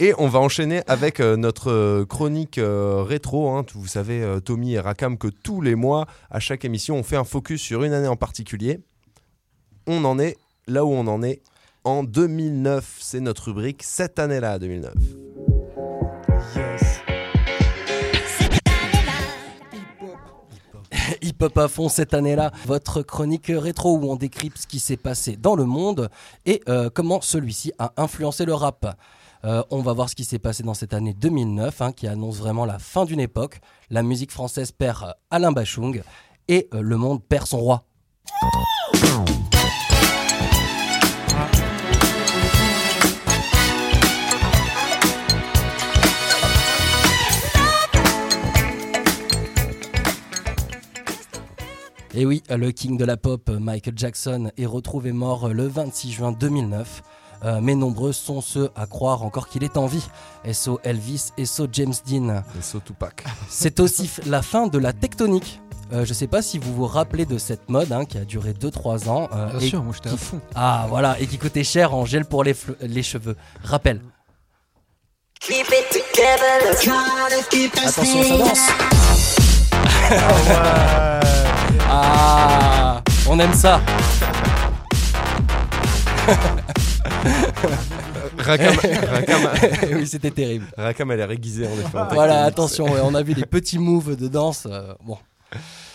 Et on va enchaîner avec euh, notre euh, chronique euh, rétro. hein. Tout- Vous savez, euh, Tommy et Rakam, que tous les mois, à chaque émission, on fait un focus sur une année en particulier. On en est là où on en est en 2009. C'est notre rubrique cette année-là, 2009. Hip-hop à fond cette année-là, votre chronique rétro où on décrypte ce qui s'est passé dans le monde et euh, comment celui-ci a influencé le rap. Euh, on va voir ce qui s'est passé dans cette année 2009, hein, qui annonce vraiment la fin d'une époque. La musique française perd euh, Alain Bachung et euh, le monde perd son roi. Et oui, le king de la pop, euh, Michael Jackson, est retrouvé mort euh, le 26 juin 2009. Euh, mais nombreux sont ceux à croire encore qu'il est en vie. SO Elvis, SO James Dean. Et so Tupac. C'est aussi f- la fin de la tectonique. Euh, je sais pas si vous vous rappelez de cette mode hein, qui a duré 2-3 ans. euh, Bien et- sûr, moi j'étais à fond. Ah voilà, et qui coûtait cher en gel pour les, fle- les cheveux. Rappel. Attention, ça danse. Ah, on aime ça. Rakam, Rakam, oui, c'était terrible. Rakam, elle est réguisée en effet. en Voilà, technique. attention, ouais, on a vu des petits moves de danse. euh, bon,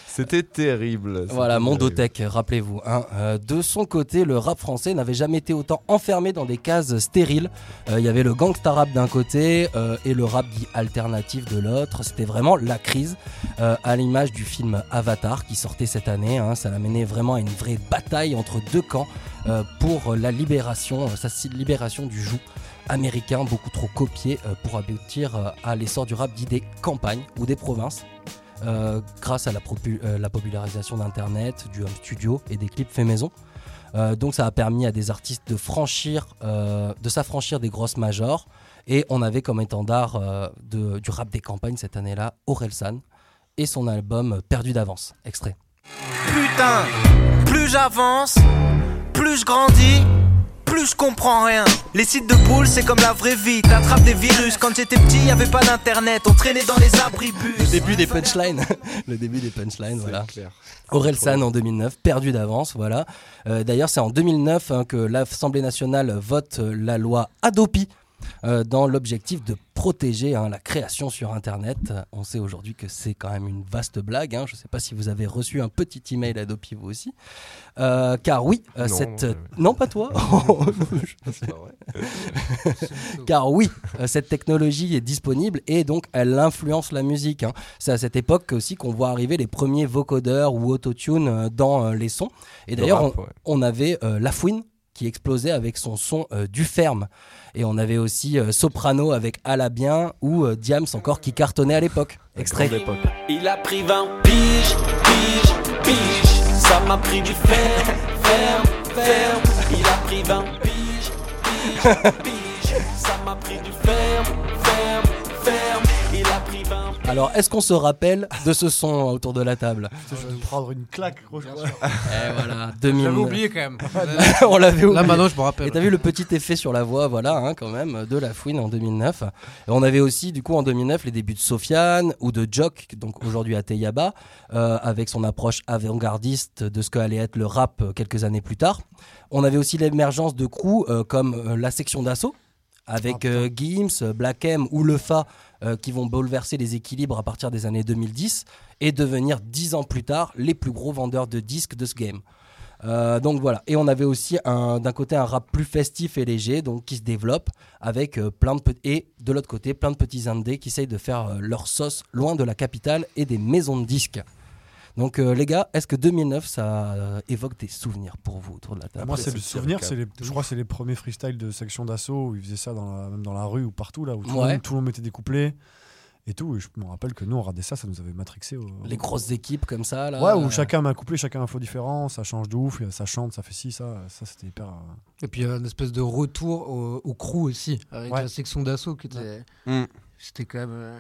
C'était terrible. Voilà, C'était terrible. Mondotech, rappelez-vous. hein. Euh, de son côté, le rap français n'avait jamais été autant enfermé dans des cases stériles. Euh, Il y avait le gangsta rap d'un côté euh, et le rap dit alternatif de l'autre. C'était vraiment la crise, euh, à l'image du film Avatar qui sortait cette année. hein. ça l'a mené vraiment à une vraie bataille entre deux camps euh, pour la libération, euh, sa libération du joug américain, beaucoup trop copié euh, pour aboutir euh, à l'essor du rap dit des campagnes ou des provinces euh, grâce à la, propu- euh, la popularisation d'Internet, du home studio et des clips faits maison. Euh, donc ça a permis à des artistes de franchir, euh, de s'affranchir des grosses majors. Et on avait comme étendard euh, de- du rap des campagnes cette année-là Orelsan et son album Perdu d'avance, extrait. Putain, plus j'avance, plus je grandis, plus je comprends rien. Les sites de boules, c'est comme la vraie vie. T'attrapes des virus. Quand j'étais petit, y avait pas d'internet. On traînait dans les abribus. Le début des punchlines. Le début des punchlines, voilà. clair. Orelsan en 2009, perdu d'avance, voilà. Euh, D'ailleurs, c'est en 2009 hein, que l'Assemblée nationale vote euh, la loi Adopi euh, dans l'objectif de protéger hein, la création sur Internet. Euh, On sait aujourd'hui que c'est quand même une vaste blague. hein. Je ne sais pas si vous avez reçu un petit email Adopi vous aussi. Euh, car oui, euh, Non, cette... ouais, ouais. Non, pas toi C'est pas vrai. Car oui, euh, cette technologie est disponible et donc elle influence la musique. hein. C'est à cette époque aussi qu'on voit arriver les premiers vocodeurs ou autotune euh, dans euh, les sons. Et d'ailleurs, Le on, rap, ouais. on avait euh, La Fouine qui explosait avec son son euh, du ferme. Et on avait aussi euh, Soprano avec Alabien ou euh, Diams encore qui cartonnait à l'époque. Extrait. Grande époque. Il a pris 20 piges, piges, piges. Ça m'a pris du fer, fer, fer. Il a pris 20 piges, piges, piges. Ça m'a pris du fer, fer, fer. Il a pris 20 Alors, est-ce qu'on se rappelle de ce son autour de la table Je vais me prendre une claque, gros, je crois. Eh voilà, Ah, J'avais 2000. oublié quand même. on l'avait oublié. Là maintenant, je me Et rappelle. t'as vu le petit effet sur la voix, voilà, hein, quand même, de la fouine en 2009. Et on avait aussi, du coup, en 2009, les débuts de Sofiane ou de Jock, donc aujourd'hui à Teyaba, euh, avec son approche avant-gardiste de ce que allait être le rap euh, quelques années plus tard. On avait aussi l'émergence de crews euh, comme euh, la section d'assaut, avec euh, Gims, euh, Black M ou Le Fa, euh, qui vont bouleverser les équilibres à partir des années 2010 et devenir, dix ans plus tard, les plus gros vendeurs de disques de ce game. Euh, donc voilà. Et on avait aussi un- d'un côté un rap plus festif et léger, donc qui se développe avec euh, plein de pe- et de l'autre côté plein de petits indés qui essayent de faire euh, leur sauce loin de la capitale et des maisons de disques. Donc euh, les gars, est-ce que 2009 ça euh, évoque des souvenirs pour vous autour de la table Moi, c'est c'est le sûr, souvenir, quand c'est les, je crois que c'est les premiers freestyles de section d'assaut où ils faisaient ça dans la, même dans la rue ou partout, là, où tout, le Ouais. monde, tout le monde mettait des couplets et tout. Et je me rappelle que nous, on regardait ça, ça nous avait matrixé. Au... Les grosses équipes comme ça là. Ouais, où euh, chacun met un couplet, chacun un flow différent, ça change de ouf, ça chante, ça fait ci, ça, ça c'était hyper. euh, Et puis il y a une espèce de retour au, au crew aussi, avec Ouais. la section d'assaut qui était. Mm. C'était quand même euh,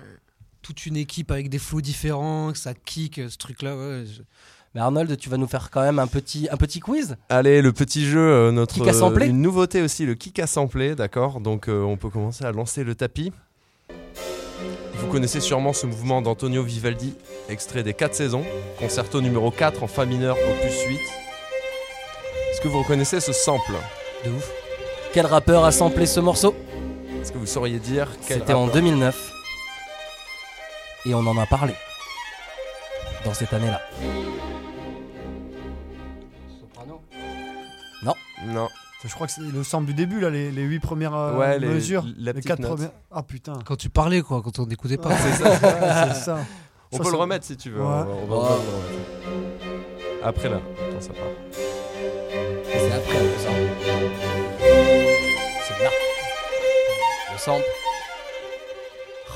toute une équipe avec des flots différents, que ça kick, euh, ce truc-là. ouais, je- Mais Arnold, tu vas nous faire quand même un petit, un petit quiz Allez, le petit jeu, euh, notre Kick à sampler. une nouveauté aussi, le kick à sampler, d'accord Donc euh, on peut commencer à lancer le tapis. Vous connaissez sûrement ce mouvement d'Antonio Vivaldi, extrait des 4 saisons, concerto numéro 4 en fa mineur opus 8. Est-ce que vous reconnaissez ce sample De ouf. Quel rappeur a samplé ce morceau Est-ce que vous sauriez dire quel C'était en rappeur 2009. Et on en a parlé. Dans cette année-là. Soprano Non. Je crois que c'est le sample du début, là, les, les 8 premières euh, Ouais, les- mesures. la petite quatre note. premières. Ah putain. Quand tu parlais, quoi, quand on n'écoutait pas. C'est ça. Ouais, c'est ça. On Ça, peut c'est- le remettre si tu veux. Ouais. On va- on va- on va- Ouais. on va- Après là, Attends, ça part. C'est après, le sample. C'est là. Le sample.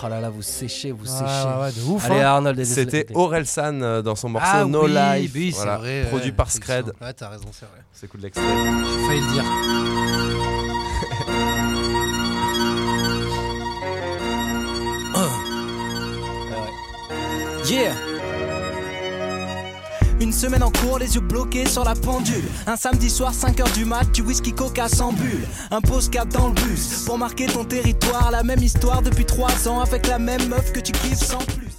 Oh là là, vous séchez, vous séchez. Ouais, ouais, ouais, de ouf. Allez hein. Arnold, laisse- C'était laisse- Orelsan euh, dans son morceau ah, No oui, Life, oui, c'est voilà, vrai, ouais, produit par effectivement. Scred. Ouais, t'as raison, c'est vrai. C'est coup de l'extrait. J'ai failli le dire. Yeah une semaine en cours, les yeux bloqués sur la pendule. Un samedi soir, 5h du mat, du whisky coca sans bulle. Un pause cap dans le bus. Pour marquer ton territoire, la même histoire depuis 3 ans. Avec la même meuf que tu kiffes sans plus.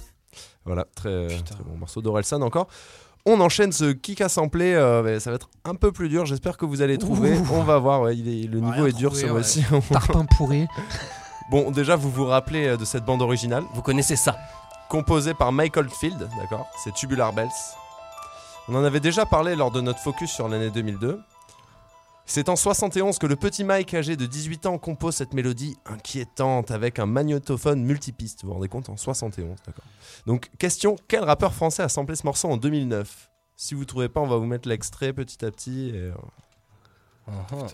Voilà, très, euh, très bon morceau d'Orelsan encore. On enchaîne ce kick à sampler, euh, mais ça va être un peu plus dur, j'espère que vous allez trouver. On va voir, ouais, il est- le va niveau rien est dur ce trouver, mois-ci. Tarpin pourri. bon, déjà, vous vous rappelez euh, de cette bande originale, Vous connaissez ça composée par Mike Oldfield, d'accord C'est Tubular Bells. On en avait déjà parlé lors de notre focus sur l'année 2002. C'est en 71 que le petit Mike, âgé de 18 ans, compose cette mélodie inquiétante avec un magnétophone multipiste. Vous vous rendez compte En 71, d'accord. Donc, question quel rappeur français a samplé ce morceau en 2009 Si vous trouvez pas, on va vous mettre l'extrait petit à petit. et, euh, Uh-huh.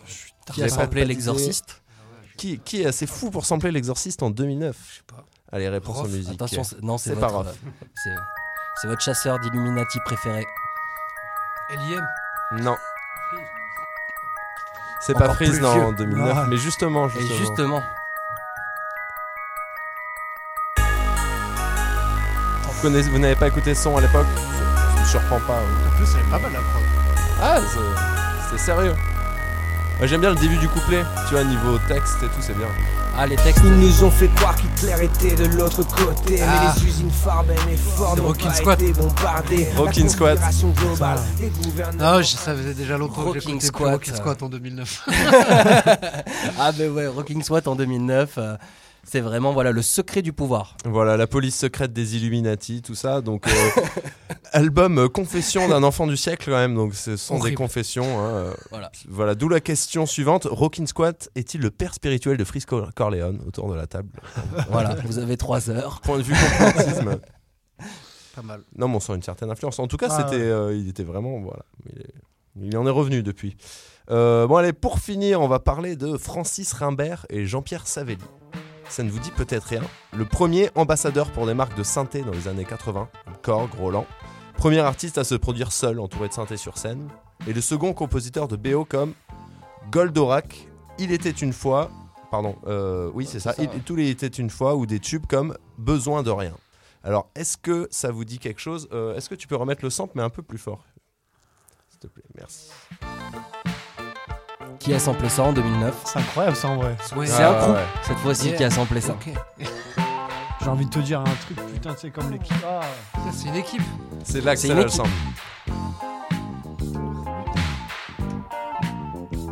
Qui a J'ai pas samplé de l'exorciste Qui, qui est assez fou pour sampler l'exorciste en 2009 Je sais pas. Allez, réponse en Rof, musique. Attention, c'est- non, c'est C'est pas votre, Rof. euh, C'est c'est votre chasseur d'Illuminati préféré. L.I.M. Non. C'est pas Encore prise plus non, vieux. en 2009, Ah. mais justement, justement. Et justement, Vous, connaissez- vous n'avez pas écouté le son à l'époque ça, ça me surprend pas. ouais. En plus, elle est pas mal la prod. Ah, c'est- c'est sérieux. Ouais, J'aime bien le début du couplet, tu vois, niveau texte et tout, c'est bien. ah les textes. Ils nous ont fait croire qu'Hitler était de l'autre côté. Ah. Mais les usines Farben et Ford Le ont Rockin' pas Squat. été bombardées. Rockin' La Squat. conspiration globale, les gouvernements- Non, je savais déjà longtemps que Rocking j'écoutais Squat, plus Rocking euh. Squat en 2009. Ah ben ouais, Rocking Swat en 2009. euh, c'est vraiment voilà le secret du pouvoir. Voilà, la police secrète des Illuminati, tout ça. Donc, euh, album euh, Confession d'un enfant du siècle, quand même. Donc, ce sont des Horrible. confessions. hein, euh, Voilà. Voilà, d'où la question suivante. Rockin' Squat est-il le père spirituel de Frisco Corleone autour de la table Voilà, vous avez trois heures. Point de vue complotisme. pas mal. Non, mais on sent une certaine influence. En tout cas, Ah, c'était, ouais. euh, il était vraiment. Voilà, il, est- il en est revenu depuis. Euh, bon, allez, pour finir, on va parler de Francis Rimbert et Jean-Pierre Savelli. Ça ne vous dit peut-être rien. Le premier ambassadeur pour des marques de synthé dans les années 80, Korg, Roland. Premier artiste à se produire seul, entouré de synthé sur scène. Et le second compositeur de BO comme Goldorak, Il était une fois. Pardon, euh, oui, c'est ça. Il- Tous les étaient une fois ou des tubes comme Besoin de rien. Alors, est-ce que ça vous dit quelque chose Euh, Est-ce que tu peux remettre le sample, mais un peu plus fort S'il te plaît, merci. Qui a samplé ça en 2009 C'est incroyable ça en vrai. Ouais. C'est un crew ouais. cette fois-ci Yeah. qui a samplé ça. Ok. J'ai envie de te dire un truc, putain, c'est comme les Ah, Ça, C'est une équipe. C'est là que C'est ça une a le équipe. sample.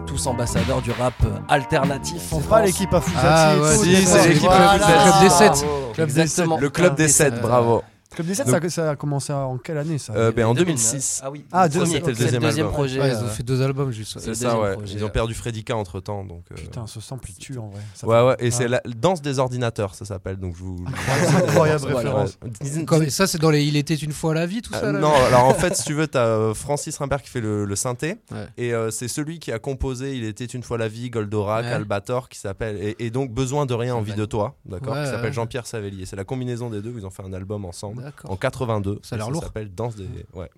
Tous ambassadeurs du rap euh, alternatif. font C'est pas France. l'équipe à Fusati Ah, et ouais, tout, si, d'accord. c'est l'équipe à Voilà. Fusati. Club des sept. Club des sept. Exactement. Le club des 7, Euh, bravo. Club des 7, Donc- ça, ça a commencé à- en quelle année ça Euh, ben, en 2009. 2006. Ah oui. Ah, le premier. deuxième, c'était le C'est deuxième album. projet. Ouais, ils ont euh, fait deux albums juste. c'est C'est le ça, deuxième ouais. projet, Ils ont euh. perdu Fredica entre temps, donc. euh, Putain, ce sample il tue en vrai. Ça Ouais, ouais, et c'est Ouais. la danse des ordinateurs, ça s'appelle. Donc je vous. Ah, fait- c'est une incroyable Voilà. référence. Ouais. Comme- et ça, c'est dans les Il était une fois la vie, tout ça. Euh, là, non, alors en fait, si tu veux, t'as euh, Francis Rimbert qui fait le, le synthé, Ouais. et euh, c'est celui qui a composé Il était une fois la vie, Goldorak, Ouais. Albator, qui s'appelle, et, et donc Besoin de rien, envie de toi, d'accord, Ouais, qui s'appelle ouais. Jean-Pierre Savelli. Et c'est la combinaison des deux, ils ont fait un album ensemble en D'accord. 82. Ça a l'air Et lourd. s'appelle Danse des. Ouais.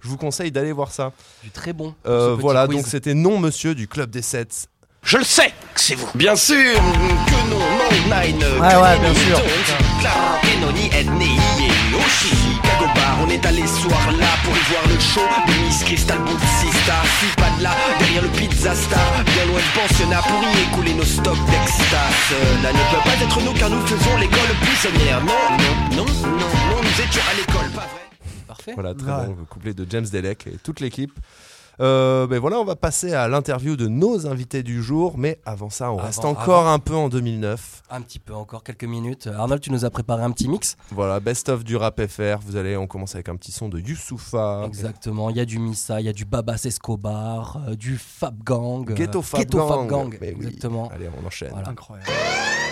Je vous conseille d'aller voir ça. Du très bon. Euh, ce petit voilà, quiz. donc c'était Non Monsieur du Club des 7. Je le sais que c'est vous. Bien sûr que non, non, nine. Ouais, ouais, bien sûr. Clara, Benoni, Ednei et Oshi. Chicago Bar, on est allé ce soir-là pour y voir le show. de Miss Crystal Boot Sista, suis pas de là, derrière le Pizza Star. Bien loin du pensionnat pour y écouler nos stocks d'extase. Cela ne peut pas être nous car nous faisons l'école prisonnière. Non, non, non, non, non, nous étions à l'école, pas vrai. Parfait. Voilà, très Ouais. bon, le couplet de James Delec et toute l'équipe. Euh, ben voilà, on va passer à l'interview de nos invités du jour, mais avant ça, on Avant, reste encore un peu en 2009. Un petit peu encore quelques minutes. Euh, Arnold, tu nous as préparé un petit mix. Voilà, best of du rap FR. Vous allez, on commence avec un petit son de Youssoufa, Exactement. Il y a du Missa, il y a du Babas Escobar, euh, du Fab Gang. euh, Ghetto Fab Ghetto Gang. Fab Gang. Mais oui. Exactement. Allez, on enchaîne. Voilà. Incroyable. Ghetto Fab Gang.